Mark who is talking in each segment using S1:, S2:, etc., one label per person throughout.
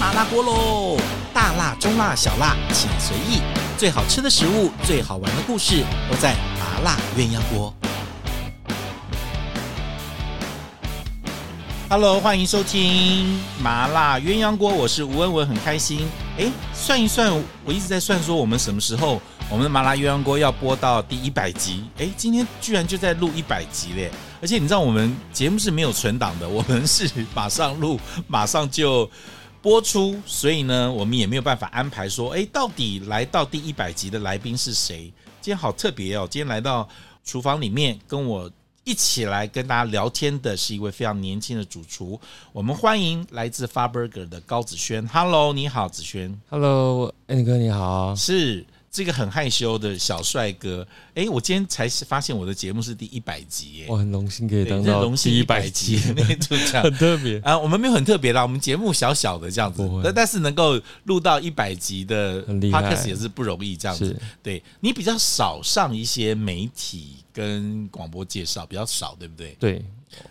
S1: 麻辣锅喽！大辣、中辣、小辣，请随意。最好吃的食物，最好玩的故事，都在麻辣鸳鸯锅。Hello，欢迎收听麻辣鸳鸯锅，我是吴文文，很开心。诶，算一算，我一直在算说我们什么时候我们的麻辣鸳鸯锅要播到第一百集。诶，今天居然就在录一百集嘞！而且你知道我们节目是没有存档的，我们是马上录，马上就播出，所以呢，我们也没有办法安排说，诶，到底来到第一百集的来宾是谁？今天好特别哦，今天来到厨房里面跟我一起来跟大家聊天的是一位非常年轻的主厨，我们欢迎来自 Faberger 的高子轩。Hello，你好，子轩，
S2: Hello，恩哥你好，
S1: 是这个很害羞的小帅哥。诶，我今天才发现我的节目是第一百集耶，
S2: 我很荣幸可以
S1: 对
S2: 哦当
S1: 这
S2: 到
S1: 荣幸
S2: 第
S1: 100
S2: 100集，
S1: 那就这 样
S2: 很。特别。
S1: 啊，我们没有很特别啦，我们节目小小的这样子
S2: 不，会
S1: 但但是能够录到一百集的
S2: 很厉害
S1: podcast 也是不容易这样子
S2: 是。
S1: 对你比较少上一些媒体跟广播介绍，比较少，对不对？
S2: 对，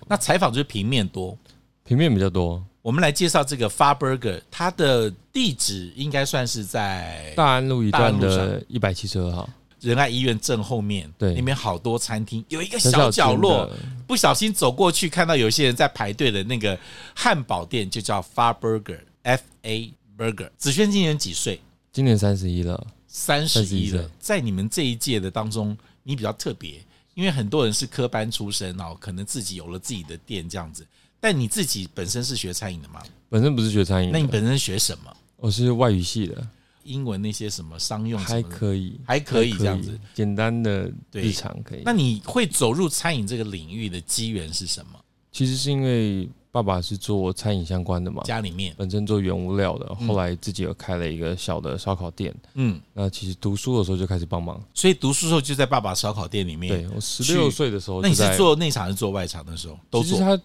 S1: 那采访就是平面多。
S2: 平面比较多，
S1: 我们来介绍这个 Farburger，它的地址应该算是在
S2: 大安路一段
S1: 大安
S2: 的一百七十二号，
S1: 仁爱医院正后面，
S2: 对
S1: 那边好多餐厅，有一个
S2: 很少
S1: 小角
S2: 见
S1: 落
S2: 的，
S1: 不小心走过去，看到有些人在排队的那个汉堡店，就叫 Far Burger，F A Burger。子轩今年几岁？
S2: 今年三十一了，
S1: 三十一
S2: 31
S1: 了
S2: 岁，
S1: 在你们这一届的当中，你比较特别，因为很多人是科班出身哦，可能自己有了自己的店这样子。但你自己本身是学餐饮的吗？
S2: 本身不是学餐饮
S1: 那你
S2: 的，
S1: 本身学什么？
S2: 我是外语系的，
S1: 英文那些什么商用什
S2: 还
S1: 么的？
S2: 可以，
S1: 还可以这样子，
S2: 简单的
S1: 对
S2: 日常可以。
S1: 那你会走入餐饮这个领域的机缘是什么？
S2: 其实是因为爸爸是做餐饮相关的嘛，
S1: 家里嗯面，
S2: 本身做原物料的，后来自己有开了一个小的烧烤店。
S1: 嗯，
S2: 那其实读书的时候就开始帮忙，
S1: 所以读书时候就在爸爸烧烤店里面。
S2: 对我十六岁的时候
S1: 那
S2: 就
S1: 你
S2: 在，
S1: 是做内场还是做外场的时候都
S2: 其实
S1: 做
S2: 他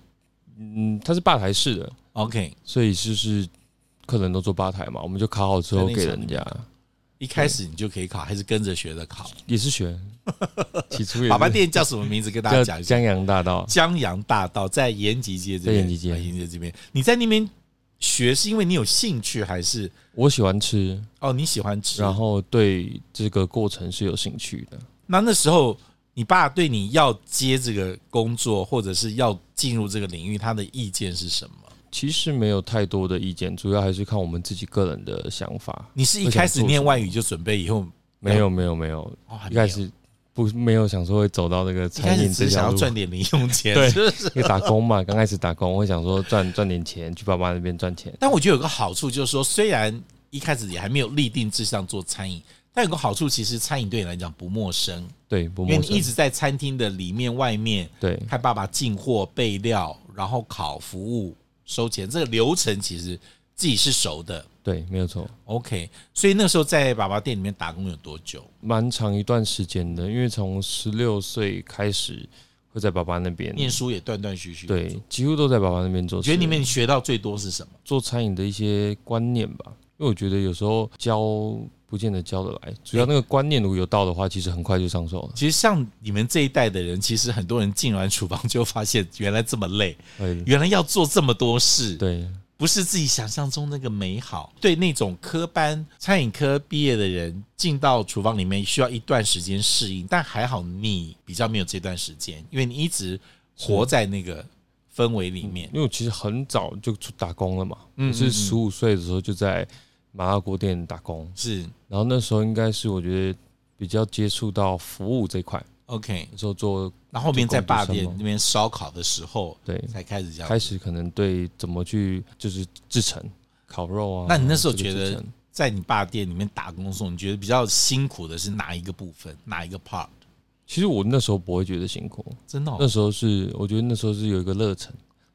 S2: 嗯，他是吧台式的，
S1: ？OK，
S2: 所以就是客人都坐吧台嘛，我们就烤好之后
S1: 在那
S2: 给
S1: 场里
S2: 人家，
S1: 一开始你就可以考，还是跟着学着考？
S2: 也是学，起初也
S1: 爸爸
S2: 是
S1: 店叫什么名字？跟大家
S2: 叫
S1: 讲一下。
S2: 江洋大道，
S1: 江洋大道在延吉街这
S2: 在
S1: 边，
S2: 延吉街
S1: 啊延吉街这边，你在那边学是因为你有兴趣，还是
S2: 我喜欢吃，
S1: 哦你喜欢吃？
S2: 然后对这个过程是有兴趣的。
S1: 那那时候你爸对你要接这个工作，或者是要进入这个领域，他的意见是什么？
S2: 其实没有太多的意见，主要还是看我们自己个人的想法。
S1: 你是一开始念外语就准备以后，
S2: 没有，没有，没有，
S1: 哦、还
S2: 一
S1: 没有
S2: 开始不没有想说会走到那个
S1: 一开
S2: 餐
S1: 始
S2: 饮
S1: 只
S2: 这
S1: 是想
S2: 条
S1: 要
S2: 路，
S1: 赚点零用钱，
S2: 对
S1: 是不是？
S2: 因为打工嘛，刚开始打工，我想说赚赚点钱，去爸爸那边赚钱。
S1: 但我觉得有个好处就是说，虽然一开始也还没有立定志向做餐饮，但有个好处，其实餐饮对你来讲不陌生，
S2: 对，不
S1: 因
S2: 陌
S1: 为你
S2: 生
S1: 一。直在餐厅的里面、外面
S2: 对，
S1: 看爸爸进货、备料，然后烤、服务、收钱，这个流程其实自己是熟的。
S2: 对，没有错。
S1: OK，所以那时候在爸爸店里面打工有多久？
S2: 蛮长一段时间的，因为从十六岁开始会在爸爸那边
S1: 念书也断断续续。，
S2: 嗯对，几乎都在爸爸那边做
S1: 我
S2: 事。
S1: 觉得你们学到最多是什么？
S2: 做餐饮的一些观念吧，因为我觉得有时候教不见得教得来，主要那个观念如果有到的话，其实很快就上手了。
S1: 其实像你们这一代的人，其实很多人进完厨房就发现原来这么累，
S2: 对
S1: 原来要做这么多事，
S2: 哎对，
S1: 不是自己想象中那个美好。对那种科班餐饮科毕业的人，进到厨房里面需要一段时间适应，但还好你比较没有这段时间，因为你一直活在那个氛围里面。
S2: 因为我其实很早就出打工了嘛，
S1: 嗯
S2: 我
S1: 嗯
S2: 是
S1: 嗯
S2: 十五岁的时候就在麻辣锅店打工，
S1: 是
S2: 然后那时候应该是我觉得比较接触到服务这块，
S1: OK，
S2: 那时候做
S1: 然后后面在爸
S2: 就
S1: 店
S2: 工读生嘛
S1: 那边烧烤的时候，
S2: 对
S1: 才开始这样
S2: 开。始可能对怎么去就是制成烤肉啊。
S1: 那你那时候
S2: 这个
S1: 觉
S2: 制
S1: 得
S2: 成
S1: 在你爸店里面打工的时候，你觉得比较辛苦的是哪一个部分，哪一个 part？
S2: 其实我那时候不会觉得辛苦，
S1: 真的、哦
S2: 那，时候是我觉得那时候是有一个热忱，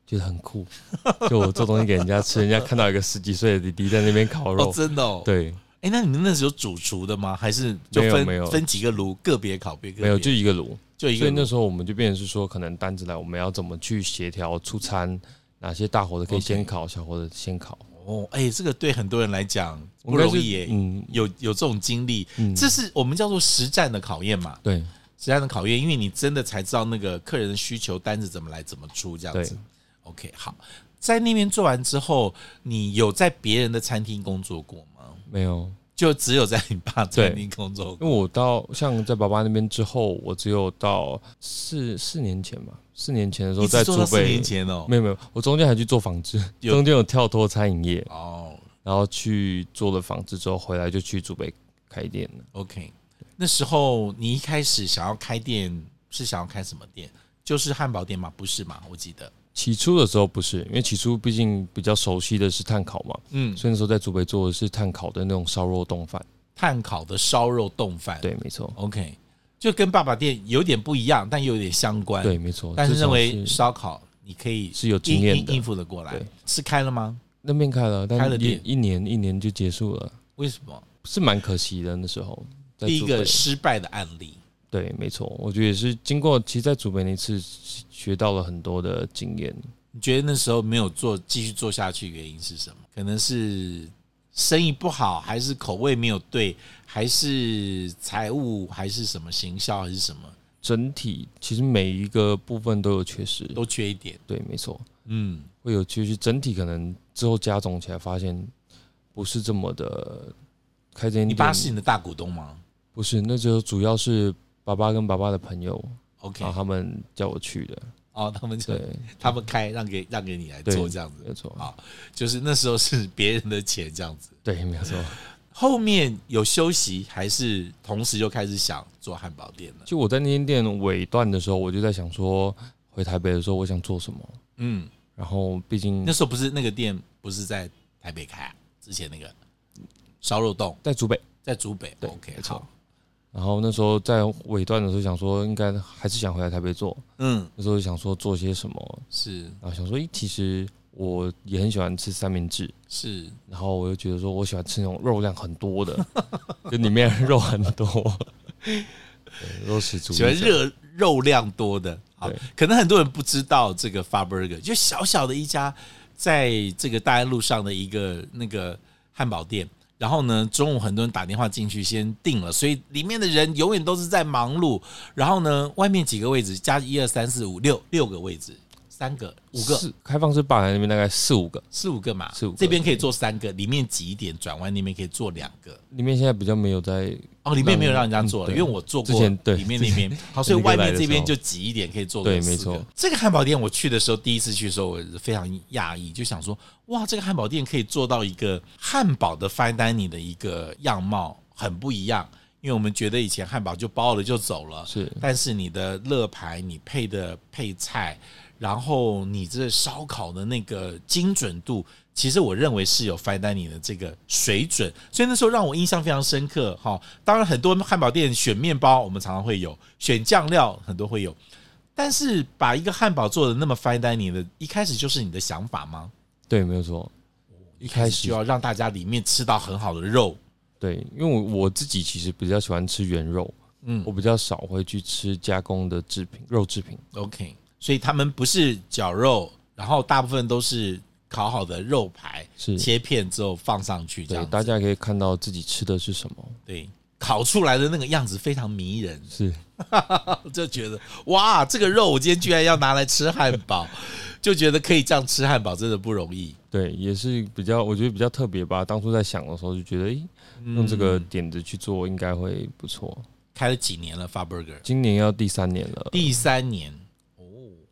S2: 觉得很酷， 就我做东西给人家吃，人家看到一个十几岁的弟弟在那边烤
S1: 哦，
S2: 肉，
S1: 真的哦。，
S2: 对，
S1: 哎，那你们那时候主厨的吗？还是就
S2: 没有
S1: 分
S2: 没有
S1: 分几个炉，个别烤，别个别
S2: 没有就一个炉，
S1: 就一
S2: 所
S1: 个
S2: 以那
S1: 炉。
S2: 时候我们就变成是说，可能单子来，我们要怎么去协调出餐，哪些大火的可以
S1: OK
S2: 先烤，小火的先烤，
S1: 哦，哎，这个对很多人来讲
S2: 我
S1: 不
S2: 应该
S1: 容
S2: 是
S1: 易耶，
S2: 嗯
S1: 有有这种经历，
S2: 嗯，
S1: 这是我们叫做实战的考验嘛，
S2: 对
S1: 实战的考验，因为你真的才知道那个客人的需求单子怎么来，怎么出这样
S2: 对
S1: 子。 OK，好，在那边做完之后，你有在别人的餐厅工作过吗？
S2: 没有，
S1: 就只有在你爸餐
S2: 对
S1: 厅工作过。
S2: 因为我到像在爸爸那边之后，我只有到四四年前吧，四年前的时候
S1: 一
S2: 在嗯
S1: 直做
S2: 祖
S1: 到四
S2: 北
S1: 年，前哦。
S2: 没有没有，我中间还去做纺织，
S1: 有
S2: 中间有跳脱餐饮业，
S1: 哦
S2: 然后去做了纺织之后回来就去祖北开店了。
S1: ，OK，那时候你一开始想要开店是想要开什么店？就是汉堡店吗？不是嘛？我记得，
S2: 起初的时候不是，因为起初毕竟比较熟悉的是炭烤嘛，
S1: 嗯，
S2: 所以那时候在祖北做的是炭烤的那种烧肉冻饭。
S1: 炭烤的烧肉冻饭。
S2: 对，没错，
S1: ，OK，就跟爸爸店有点不一样，但又有点相关。，
S2: 对，没错。
S1: 哎但是
S2: 至
S1: 认
S2: 少
S1: 为烧烤你可以
S2: 是有经
S1: 应
S2: 验
S1: 应
S2: 的
S1: 应付的过来
S2: 对。
S1: 是开了吗？
S2: 那边开了，
S1: 开
S2: 但
S1: 了
S2: 是
S1: 店
S2: 一一年一年就结束了，
S1: 为什么？
S2: 是蛮可惜的。那时候在
S1: 第一
S2: 祖
S1: 个
S2: 北
S1: 失败的案例。
S2: 对，没错，我觉得也是经过，其实，在祖北那次学到了很多的经验。
S1: 你觉得那时候没有做继续做下去，原因是什么？可能是生意不好，还是口味没有对，还是财务，还是什么行销，还是什么，
S2: 整体其实每一个部分都有缺失，
S1: 都缺一点。
S2: 对，没错，
S1: 嗯，
S2: 会有缺失。整体可能之后加总起来，发现不是这么的开这间
S1: 你爸
S2: 店，
S1: 是你的大股东吗
S2: 不是那时候主要是爸爸跟爸爸的朋友，
S1: ？OK，
S2: 然后他们叫我去的，
S1: 哦，他们就
S2: 哦对，
S1: 他们开，让给让给你来
S2: 对
S1: 做这样子，
S2: 没错，
S1: 好就是那时候是别人的钱这样子。
S2: 对，没有错。
S1: 后面有休息，还是同时就开始想做汉堡店了？
S2: 就我在那间店尾段的时候，我就在想说，回台北的时候我想做什么。
S1: 嗯，
S2: 然后毕竟
S1: 那时候不是那个店不是在台北开、啊，之前那个烧肉冻。
S2: 在竹北，
S1: 在竹北。
S2: 对
S1: OK，
S2: 没错
S1: 好，
S2: 然后那时候在尾段的时候想说，应该还是想回来台北做。
S1: 嗯，
S2: 那时候想说做些什么，
S1: 是
S2: 然后想说，咦，其实我也很喜欢吃三明治，
S1: 是，
S2: 然后我又觉得说我喜欢吃那种肉量很多的， 就里面肉很多，对肉食主义
S1: 喜欢
S2: 者
S1: 热肉量多的。好
S2: 对，
S1: 可能很多人不知道这个 f a b u r g e r 就小小的一家，在这个大安路上的一个那个汉堡店。然后呢，中午很多人打电话进去先订了，所以里面的人永远都是在忙碌。然后呢，外面几个位置加一二三四五六六个位置，三个五个
S2: 四开放式吧台那边大概四五个，
S1: 四五个嘛，
S2: 四五个
S1: 这边可以坐三个，里面挤一点转弯，那边可以坐两个。
S2: 里面现在比较没有在
S1: 哦，里面没有让人
S2: 让
S1: 家做了，
S2: 嗯
S1: 因
S2: 对
S1: 为我做过
S2: 之前对
S1: 里面
S2: 之
S1: 那
S2: 前
S1: 边，好，所以
S2: 那个
S1: 外
S2: 来
S1: 面
S2: 的
S1: 这
S2: 时
S1: 边
S2: 候
S1: 就挤一点，可以做
S2: 对
S1: 多四
S2: 没
S1: 个
S2: 错
S1: 这个汉堡店我去的时候，第一次去的时候，我非常讶异，就想说，哇，这个汉堡店可以做到一个汉堡的 fine dining 的一个样貌很不一样，因为我们觉得以前汉堡就包了就走了，
S2: 是
S1: 但是你的乐牌，你配的配菜，然后你这烧烤的那个精准度，其实我认为是有 fine dining 的这个水准，所以那时候让我印象非常深刻。哈，当然很多汉堡店选面包，我们常常会有选酱料，很多会有，但是把一个汉堡做的那么 fine dining 的，一开始就是你的想法吗？
S2: 对没有错，一
S1: 一
S2: 开
S1: 就
S2: 始
S1: 要让大家里面吃到很好的肉，
S2: 对，因为我我自己其实比较喜欢吃原肉，
S1: 嗯
S2: 我比较少会去吃加工的制品肉制品，
S1: OK，所以他们不是绞肉，然后大部分都是烤好的肉排，
S2: 是
S1: 切片之后放上去这
S2: 对
S1: 样子
S2: 大家可以看到自己吃的是什么，
S1: 对。烤出来的那个样子非常迷人，
S2: 是
S1: 就觉得哇，这个肉我今天居然要拿来吃汉堡， 就觉得可以这样吃汉堡真的不容易。
S2: 对，也是比较我觉得比较特别吧。当初在想的时候就觉得，诶，
S1: 嗯
S2: 用这个点子去做应该会不错。
S1: 开了几年了，Faburger
S2: 今年要第三年了，
S1: 第三年哦，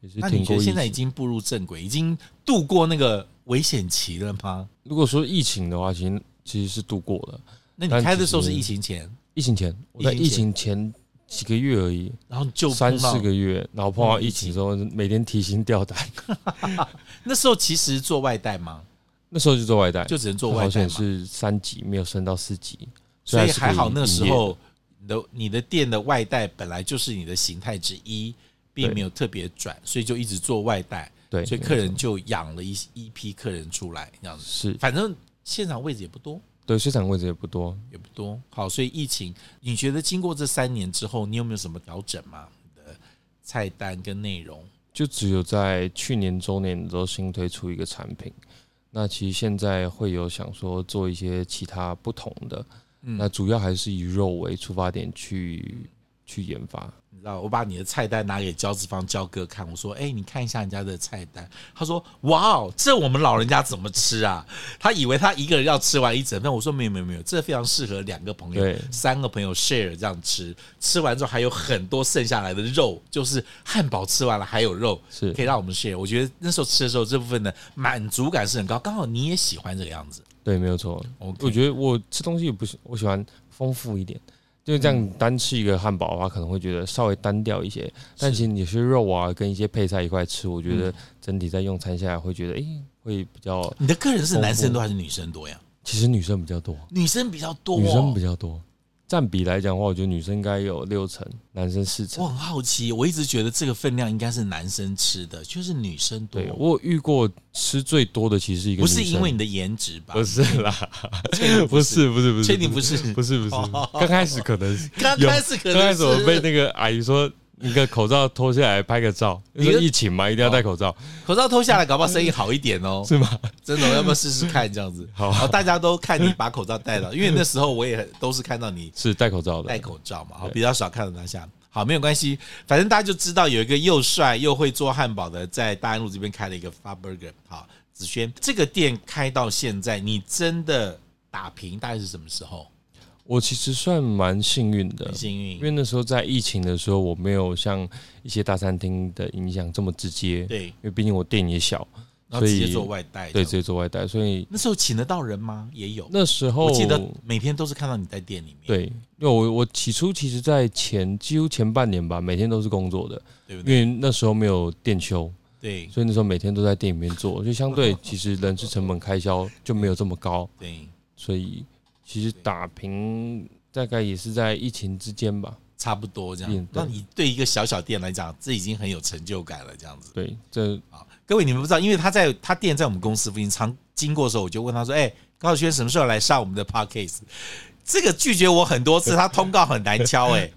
S2: 也是
S1: 那你
S2: 挺
S1: 觉
S2: 过
S1: 得
S2: 疫
S1: 现在已
S2: 情。
S1: 经步入正轨，已经度过那个危险期了吗？
S2: 如果说疫情的话，其实其实是度过了。
S1: 那你
S2: 但
S1: 开
S2: 其
S1: 的时候是
S2: 实
S1: 疫情前，
S2: 疫情前，我在
S1: 哦疫
S2: 疫
S1: 情
S2: 情前几个月而已，
S1: 然后就
S2: 三
S1: 碰到
S2: 四个月，然后碰到
S1: 嗯疫
S2: 疫情之后，每天提心 吊胆。
S1: 那时候其实做外带吗？
S2: 那时候就做外带，
S1: 就只能做外
S2: 好
S1: 带
S2: 险
S1: 嘛，
S2: 是三级，没有升到四级，
S1: 所以
S2: 是
S1: 还好
S2: 可以
S1: 那时
S2: 营业
S1: 候你的你的店的外带本来就是你的形态之一，并没有特别转，所以就一直做外带，
S2: 对，
S1: 所以
S2: 没
S1: 客
S2: 错
S1: 人就养了一一批客人出来，这样子。
S2: 是
S1: 反正现场位置也不多，
S2: 对市场位置也不多，
S1: 也不多。好，所以疫情，你觉得经过这三年之后，你有没有什么调整吗？你的菜单跟内容，
S2: 就只有在去年周年的时候新推出一个产品。那其实现在会有想说做一些其他不同的，
S1: 嗯
S2: 那主要还是以肉为出发点去去研发。
S1: 你知道，我把你的菜单拿给焦志芳焦哥看，我说：“哎、你看一下人家的菜单。”他说：“哇哦，这我们老人家怎么吃啊？”他以为他一个人要吃完一整份。我说：“没有没有没有，这非常适合两个朋友
S2: 对、
S1: 三个朋友 share 这样吃。吃完之后还有很多剩下来的肉，就是汉堡吃完了还有肉，
S2: 是
S1: 可以让我们 share。我觉得那时候吃的时候，这部分的满足感是很高。刚好你也喜欢这个样子。
S2: 对，没有错。
S1: OK
S2: 我觉得我吃东西也不是，我喜欢丰富一点。就是这
S1: 嗯
S2: 样，单吃一个汉堡的话，可能会觉得稍微单调一些。但
S1: 是嗯
S2: 其实你是肉啊，跟一些配菜一块吃，我觉得整体在用餐下来会觉得，诶，会比较。
S1: 你的客人是男生多还是女生多呀？
S2: 其实女生比较多，
S1: 女生比较多、哦
S2: 女生比较多，占比来讲的话，我觉得女生应该有六成，男生四成
S1: 我。很好奇，我一直觉得这个分量应该是男生吃的，就是女生多
S2: 对，我有遇过吃最多的，其实是一个
S1: 不是
S2: 女生
S1: 因为你的颜值吧？
S2: 不是啦，
S1: 不
S2: 不
S1: 是
S2: 是不是不是，
S1: 确定不是哦
S2: 不是不是，刚开始可能是
S1: 刚
S2: 有
S1: 开始可能
S2: 刚开始我
S1: 是
S2: 被那个阿姨说，你个口罩脱下来拍个照，
S1: 的哦
S2: 因为疫情嘛，一定要戴口罩，
S1: 口罩脱下来，搞不好生意好一点哦。
S2: 是吗？
S1: 真的，我要不要试试看这样子？
S2: 好
S1: 哦，大家都看你把口罩戴了，因为那时候我也都是看到 你
S2: 是戴口罩
S1: 戴
S2: 的，
S1: 口罩嘛，好比较少看到他下。好，没有关系，反正大家就知道有一个又帅又会做汉堡的，在大安路这边开了一个 f a Burger。好，子轩，这个店开到现在，你真的打平大概是什么时候？
S2: 我其实算蛮幸运的
S1: 很。幸
S2: 呃因
S1: 运，
S2: 为那时候在疫情的时候，我没有像一些大餐厅的影响这么直接，因
S1: 对，
S2: 为毕竟我店也小，
S1: 然后
S2: 所
S1: 直接
S2: 以
S1: 做外带，
S2: 对，直。接做外带，所以
S1: 那时候请得到人吗？也有，
S2: 那时候
S1: 我记得每天都是看到你在店里面，
S2: 对，因为我我起初其实，在前几乎前半年吧，每天都是工作的，
S1: 对不
S2: 因
S1: 对？
S2: 为那时候没有店休，
S1: 对
S2: 所以那时候每天都在店里面做，所以 相对其实人事成本开销就没有这么高，
S1: 对，
S2: 所以其实打平大概也是在疫情之间吧。
S1: 差不多这样
S2: 嗯。
S1: 那
S2: 对
S1: 你对一个小小店来讲，这已经很有成就感了，这样子。
S2: 对，这
S1: 啊，各位你们不知道，因为他在他店在我们公司附近，常经过的时候，我就问他说：“哎、高晓轩什么时候来上我们的 podcast？” 这个拒绝我很多次，他通告很难敲、哎，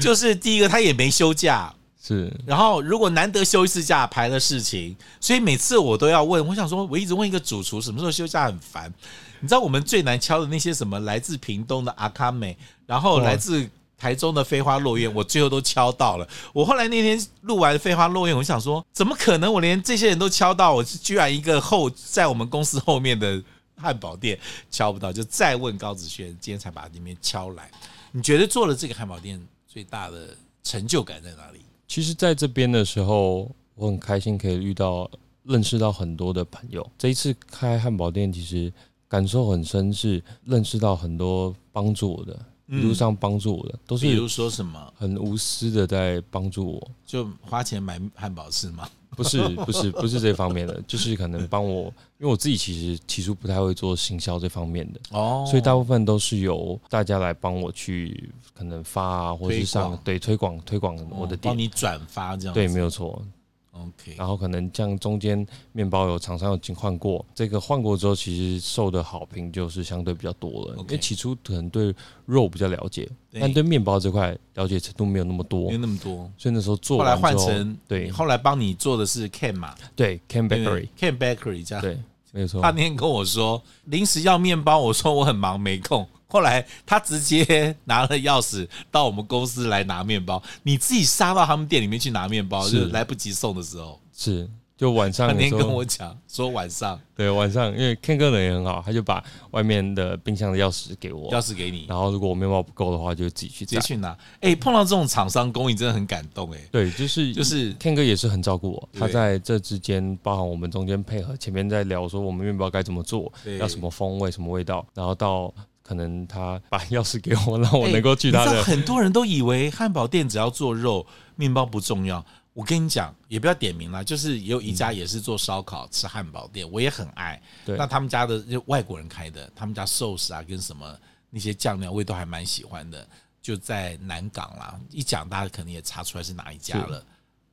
S1: 就是第一个他也没休假，
S2: 是
S1: 然后如果难得休一次假排了事情，所以每次我都要问，我想说我一直问一个主厨什么时候休假很烦。你知道我们最难敲的那些什么来自屏东的阿卡美，然后
S2: 哇
S1: 来自台中的飞花落院，我最后都敲到了。我后来那天录完飞花落院，我想说怎么可能？我连这些人都敲到，我居然一个后在我们公司后面的汉堡店敲不到，就再问高子轩，今天才把那边敲来。你觉得做了这个汉堡店最大的成就感在哪里？
S2: 其实在这边的时候，我很开心可以遇到、认识到很多的朋友。这一次开汉堡店，其实感受很深，是认识到很多帮助我的，一路上帮助我的，都
S1: 嗯比
S2: 是
S1: 如说什么？
S2: 很无私的在帮助我。
S1: 就花钱买汉堡吃吗？
S2: 不是，不是，不是这方面的，就是可能帮我， 因为我自己其实起初不太会做行销这方面的，
S1: 哦
S2: 所以大部分都是由大家来帮我去可能发啊，或是
S1: 推
S2: 上
S1: 广
S2: 对推广推广我的
S1: 哦帮
S2: 店。
S1: 你转发这样子
S2: 对，没有错。
S1: OK，
S2: 然后可能像中间面包有厂商有经换过，这个换过之后，其实受的好评就是相对比较多了。
S1: OK
S2: 因为起初可能对肉比较了解，
S1: 对
S2: 但对面包这块了解程度没有那么多
S1: 没有，那么多。
S2: 所以那时候做
S1: 后
S2: 完
S1: 来
S2: 之后，
S1: 换成
S2: 对
S1: 后来帮你做的是 Can 嘛
S2: 对 Can
S1: 对不啊对
S2: Bakery，
S1: Can Bakery 这样。
S2: 对，没有错
S1: 他。那天跟我说临时要面包，我说我很忙没空。后来他直接拿了钥匙到我们公司来拿面包，你自己杀到他们店里面去拿面包，
S2: 是
S1: 就是来不及送的时候。
S2: 是，就晚上
S1: 他
S2: 的
S1: 那天
S2: 时
S1: 跟
S2: 候
S1: 我，讲说晚上
S2: 对晚上，因为 Ken 哥人也很好，他就把外面的冰箱的钥匙给我
S1: 钥，匙给你，
S2: 然后如果我面包不够的话，就自己去
S1: 直接
S2: 找。
S1: 去拿。哎，碰到这种厂商供应真的很感动哎。
S2: 对，就是
S1: 就是
S2: Ken 哥也是很照顾我，
S1: 对
S2: 他在这之间，包含我们中间配合，前面在聊说我们面包该怎么做，
S1: 对
S2: 要什么风味、什么味道，然后到可能他把钥匙给我，让我能够
S1: 哎你
S2: 去
S1: 知
S2: 他
S1: 道
S2: 的。
S1: 很多人都以为汉堡店只要做肉，面包不重要。我跟你讲，也不要点名啦，就是有一家也是做烧烤、吃汉堡店，我也很爱。
S2: 对
S1: 那他们家的就外国人开的，他们家寿司啊跟什么那些酱料，我也都还蛮喜欢的。就在南港啦，一讲大家可能也查出来是哪一家了。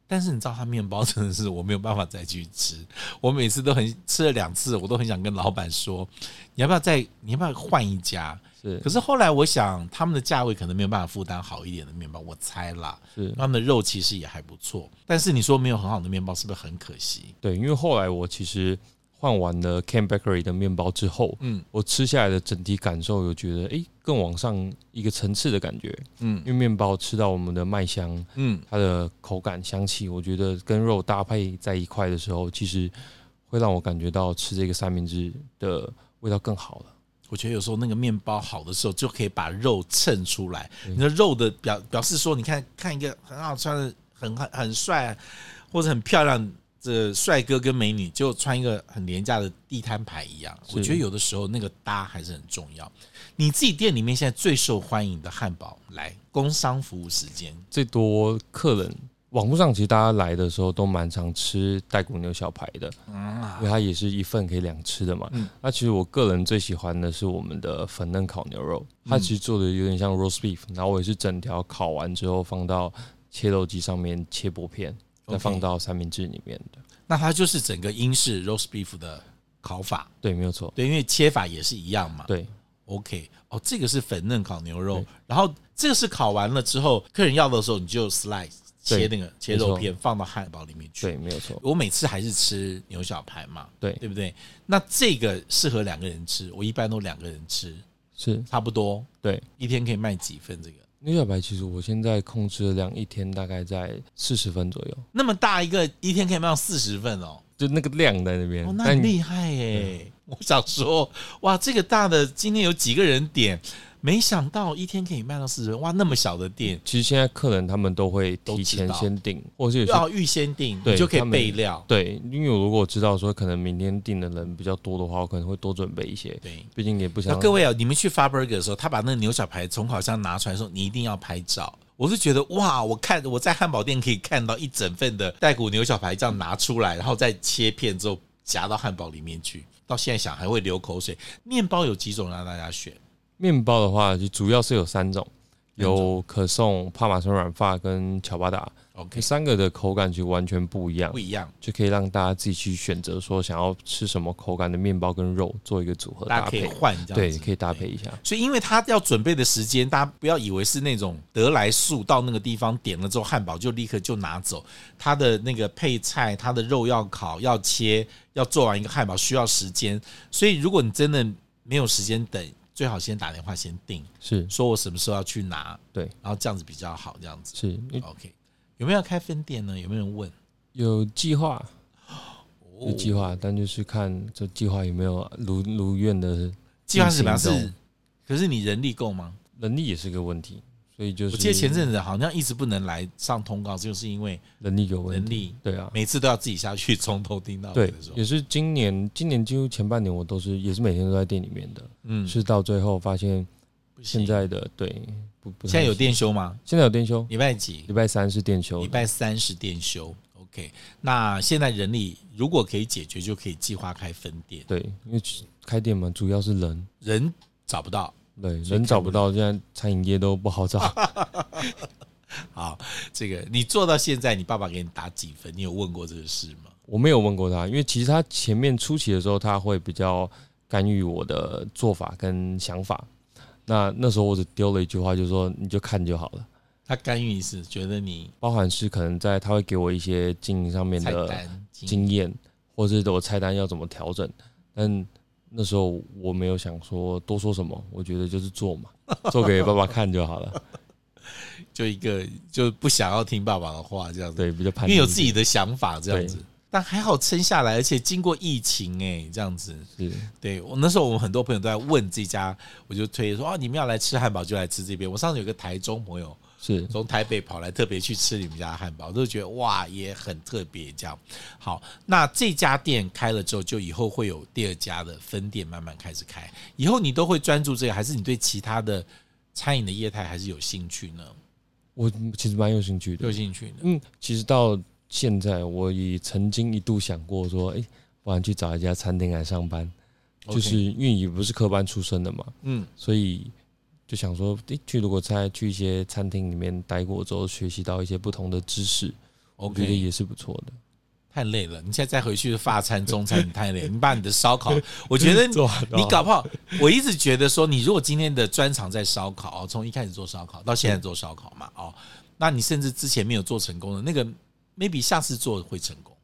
S1: 但是你知道，他面包真的是我没有办法再去吃，我每次都很吃了两次，我都很想跟老板说，你要不要再，你要不要换一家？
S2: 是
S1: 可是后来我想，他们的价位可能没有办法负担好一点的面包，我猜啦。
S2: 是
S1: 他们的肉其实也还不错，但是你说没有很好的面包，是不是很可惜？
S2: 对，因为后来我其实换完了 Can Bakery 的面包之后，
S1: 嗯
S2: 我吃下来的整体感受有觉得，诶，更往上一个层次的感觉。因
S1: 嗯
S2: 为面包吃到我们的麦香，
S1: 嗯，
S2: 它的口感、香气，我觉得跟肉搭配在一块的时候，其实会让我感觉到吃这个三明治的味道更好了。
S1: 我觉得有时候那个面包好的时候，就可以把肉衬出来。你的肉的表表示说，你看看一个很好穿的、很很很帅或者很漂亮的帅哥跟美女，就穿一个很廉价的地摊牌一样。
S2: 是
S1: 我觉得有的时候那个搭还是很重要。你自己店里面现在最受欢迎的汉堡，来工商服务时间，
S2: 最多客人网络上其实大家来的时候都蛮常吃带骨牛小排的，因为它也是一份可以两吃的嘛。
S1: 啊嗯
S2: 那其实我个人最喜欢的是我们的粉嫩烤牛肉，
S1: 嗯
S2: 它其实做的有点像 roast beef，然后我也是整条烤完之后放到切肉机上面切薄片，再
S1: OK
S2: 放到三明治里面的。
S1: 那它就是整个英式 roast beef 的烤法，
S2: 对，没有错。
S1: 对，因为切法也是一样嘛。
S2: 对，
S1: OK，哦，这个是粉嫩烤牛肉
S2: 对，
S1: 然后这个是烤完了之后，客人要的时候你就 slice 切
S2: 对
S1: 那个切肉片放到汉堡里面去。
S2: 对，没有错。
S1: 我每次还是吃牛小排嘛，
S2: 对
S1: 对不对？那这个适合两个人吃，我一般都两个人吃，
S2: 是
S1: 差不多
S2: 对
S1: 一天可以卖几份这个？
S2: 牛小排，其实我现在控制的量一天大概在四十分左右，
S1: 那么大一个，一天可以卖到四十份哦，
S2: 就那个量在那边。
S1: 哦，那
S2: 但
S1: 很厉害耶！我想说，哇，这个大的今天有几个人点？没想到一天可以卖到四十份，哇，那么小的店。
S2: 其实现在客人他们都会
S1: 都
S2: 提
S1: 知
S2: 前
S1: 道
S2: 先订，或是有些
S1: 要预先订，
S2: 对啊
S1: 你就可以
S2: 他们
S1: 备料。
S2: 对，因为我如果知道说可能明天订的人比较多的话，我可能会多准备一些，
S1: 对，
S2: 毕竟也不
S1: 那
S2: 想
S1: 各位啊，你们去发 burger 的时候，他把那个牛小排从烤箱拿出来的时候，你一定要拍照。我是觉得哇，我看我在汉堡店可以看到一整份的带骨牛小排这样拿出来，然后再切片之后夹到汉堡里面去。到现在想还会流口水。面包有几种让大家选？
S2: 面包的话，就主要是有三种，有可颂、帕玛森软发跟乔巴达，这
S1: OK，
S2: 三个的口感就完全不一样
S1: 不，一样，
S2: 就可以让大家自己去选择说想要吃什么口感的面包跟肉做一个组合
S1: 大
S2: 搭
S1: 家可以
S2: 配，
S1: 换这样
S2: 对，
S1: 子。
S2: 可以搭配一下。
S1: 所以，因为他要准备的时间，大家不要以为是那种得来速到那个地方点了之后，汉堡就立刻就拿走。他的那个配菜，他的肉要烤、要切、要做完一个汉堡需要时间。所以，如果你真的没有时间等，最好先打电话先订，
S2: 是
S1: 说我什么时候要去拿，
S2: 对，
S1: 然后这样子比较好。这样子
S2: 是，因为
S1: ，OK。有没有要开分店呢？有没有人问？
S2: 有计划，
S1: 哦
S2: 有计划，但就是看这计划有没有如如愿的
S1: 计划是什么样？
S2: 进行中
S1: 是，可是你人力够吗？
S2: 能力也是个问题，所以就是
S1: 我记得前阵子好像一直不能来上通告，就是因为
S2: 能力有问
S1: 人
S2: 题，
S1: 力
S2: 对啊，
S1: 每次都要自己下去从头盯到尾
S2: 对
S1: 的时，候，
S2: 也是今年今年几乎前半年我都是也是每天都在店里面的，
S1: 嗯，
S2: 是到最后发现
S1: 不行
S2: 现在的对不不太
S1: 现在有
S2: 行
S1: 店休吗？
S2: 现在有店休，
S1: 礼拜几？
S2: 礼拜三是店休
S1: 礼，拜三是店休。OK，那现在人力如果可以解决，就可以计划开分店。
S2: 对，因为其开店嘛，主要是人。
S1: 人找不到，
S2: 对，
S1: 所以
S2: 人
S1: 看
S2: 找
S1: 不
S2: 不到，现在餐饮业都不好找。
S1: 好，啊这个你做到现在，你爸爸给你打几分？你有问过这个事吗？
S2: 我没有问过他，因为其实他前面初期的时候，他会比较干预我的做法跟想法。那那时候我只丢了一句话，就说你就看就好了。
S1: 他干预你是觉得你
S2: 包含是可能在他会给我一些经营上面
S1: 菜
S2: 的
S1: 单经
S2: 经验，或是我菜单要怎么调整。但那时候我没有想说多说什么，我觉得就是做嘛， 做给爸爸看就好了。
S1: 就一个就不想要听爸爸的话这样子，
S2: 对，比较叛
S1: 因
S2: 逆
S1: 为有
S2: 一点。
S1: 自己的想法这样子
S2: 对。
S1: 但还好撑下来，而且经过疫情哎、这样子，
S2: 是
S1: 对我那时候，我们很多朋友都在问这家，我就推说哦，你们要来吃汉堡就来吃这边。我上次有个台中朋友
S2: 是
S1: 从台北跑来，特别去吃你们家的汉堡，我都觉得哇，也很特别。这样好，那这家店开了之后，就以后会有第二家的分店慢慢开始开。以后你都会专注这个，还是你对其他的餐饮的业态还是有兴趣呢？
S2: 我其实蛮有兴趣的
S1: 有，兴趣呢？
S2: 嗯，其实到现在，我也曾经一度想过说，哎、不然去找一家餐厅来上班，就
S1: OK
S2: 是因为也不是科班出身的嘛，
S1: 嗯，
S2: 所以就想说，诶，去如果在去一些餐厅里面待过之后，学习到一些不同的知识我觉得
S1: OK，
S2: 也是不错的。
S1: 太累了，你现在再回去发餐、中餐，你太累了。你把你的烧 烤，我觉得你
S2: 做好的
S1: 你搞不好，我一直觉得说，你如果今天的专长在烧烤，哦从一开始做烧烤到现在做烧烤嘛，哦，那你甚至之前没有做成功的那个，maybe 下次做会成功。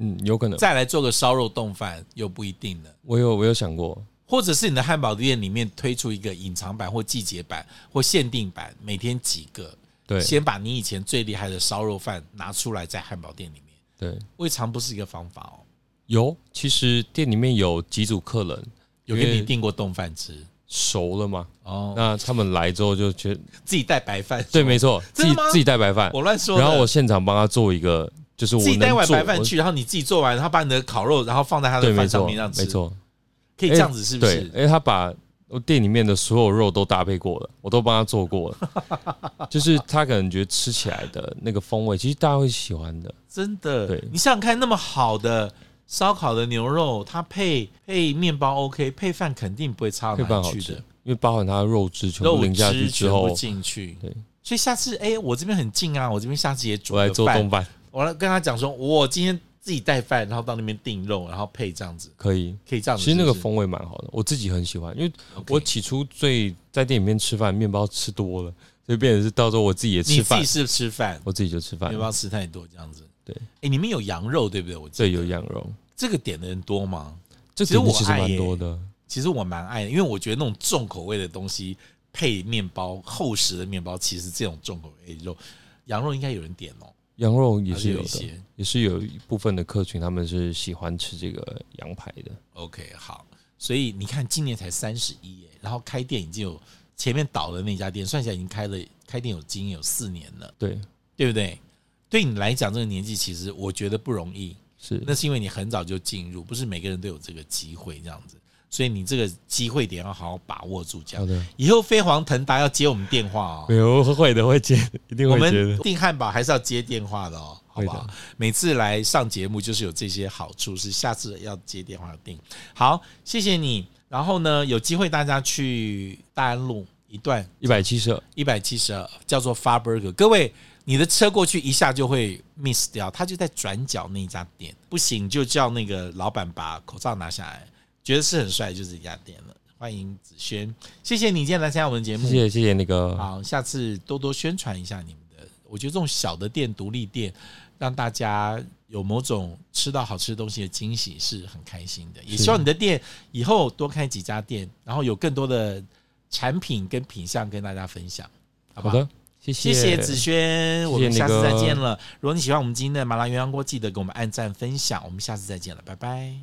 S2: 嗯，有可能，
S1: 再来做个烧肉冻饭又不一定了。
S2: 我有我有想过，
S1: 或者是你的汉堡店里面推出一个隐藏版或季节版或限定版，每天几个，
S2: 对
S1: 先把你以前最厉害的烧肉饭拿出来，在汉堡店里面，
S2: 对，
S1: 未尝不是一个方法哦。
S2: 有。其实店里面有几组客人
S1: 有
S2: 因
S1: 给
S2: 为
S1: 你订过冻饭吃
S2: 熟了嘛，
S1: 哦，
S2: 那他们来之后就觉得，
S1: 自己带白饭，
S2: 对，没错，自
S1: 真的
S2: 己
S1: 吗
S2: 自己带白饭，
S1: 我乱说的。
S2: 然后我现场帮他做一个，就是我
S1: 自己带
S2: 能
S1: 碗
S2: 做
S1: 白饭
S2: 我
S1: 去，然后你自己做完，然后把你的烤肉，然后放在他
S2: 对，
S1: 的
S2: 没
S1: 饭上
S2: 错，
S1: 面让吃，
S2: 没错，
S1: 可以这样子是不
S2: 对，
S1: 是？
S2: 因为他把我店里面的所有肉都搭配过了，我都帮他做过了， 就是他可能觉得吃起来的那个风味，其实大家会喜欢的。
S1: 真的
S2: 对，
S1: 你想想看，那么好的烧烤的牛肉，它配配面包 OK，配饭肯定不会差
S2: 配
S1: 到
S2: 饭
S1: 哪
S2: 好
S1: 去
S2: 吃
S1: 的，，
S2: 因为包含它的肉汁全部
S1: 肉
S2: 淋下去
S1: 汁
S2: 之
S1: 全
S2: 后
S1: 部，进去。
S2: 对，
S1: 所以下次哎、我这边很近啊，我这边下次也煮
S2: 我来
S1: 个
S2: 做
S1: 饭
S2: 冻饭
S1: 我来跟他讲说，我今天自己带饭，然后到那边订肉，然后配这样子，
S2: 可以。
S1: 可以这样子
S2: 其
S1: 是嗯
S2: 实
S1: 不
S2: 那
S1: 是。
S2: 个风味蛮好的，我自己很喜欢，因为
S1: OK，
S2: 我起初最在店里面吃饭，面包吃多了，所以变成是到时候我自己也
S1: 你
S2: 吃
S1: 自
S2: 饭
S1: 己，是不是吃饭，
S2: 我自己就吃饭
S1: 面。包吃太多这样子。
S2: 对
S1: 哎、你们有羊肉对不对？我记
S2: 这
S1: 得
S2: 有羊肉，
S1: 这个点的人多吗？
S2: 这
S1: 其实
S2: 点
S1: 我
S2: 其实
S1: 爱
S2: 蛮
S1: 耶
S2: 多的。
S1: 其实我蛮爱的，因为我觉得那种重口味的东西配面包，厚实的面包，其实这种重口味的肉，羊肉应该有人点哦，
S2: 羊肉也
S1: 还
S2: 是
S1: 有
S2: 有
S1: 一
S2: 的，
S1: 些。
S2: 也是有一部分的客群他们是喜欢吃这个羊排的。
S1: OK，好，所以你看今年才三十一耶，然后开店已经有前面倒的那家店，算起来已经开了开店有经验有四年了，
S2: 对，
S1: 对不对？对你来讲，这个年纪其实我觉得不容易，
S2: 是
S1: 那是因为你很早就进入，不是每个人都有这个机会这样子，所以你这个机会点要好好把握住。这
S2: 好
S1: 样，
S2: 的。
S1: 以后飞黄腾达要接我们电话哦，
S2: 没有会的，会接，一定
S1: 我
S2: 会接
S1: 们
S2: 的。
S1: 订汉堡还是要接电话的哦，好
S2: 会
S1: 不
S2: 的
S1: 好？每次来上节目就是有这些好处，是下次要接电话订。好，谢谢你。然后呢，有机会大家去大安路一段
S2: 一百七十二，
S1: 一百七十二，叫做 Farburger。各位，你的车过去一下就会 miss 掉，它就在转角那一家店。不行，就叫那个老板把口罩拿下来，觉得是很帅，就是这家店了。欢迎子轩，谢谢你今天来参加我们的节目，
S2: 谢谢谢谢那个，
S1: 好，下次多多宣传一下你们的。我觉得这种小的店、独立店，让大家有某种吃到好吃的东西的惊喜是很开心的。也
S2: 是
S1: 希望你的店以后多开几家店，然后有更多的产品跟品相跟大家分享，好不
S2: 好
S1: 好？
S2: 的，谢
S1: 谢谢子轩，我们
S2: 谢谢
S1: 下次
S2: 那
S1: 再
S2: 个
S1: 见了。如果你喜欢我们今天的麻辣鸳鸯锅，记得给我们按赞分享。我们下次再见了，拜拜。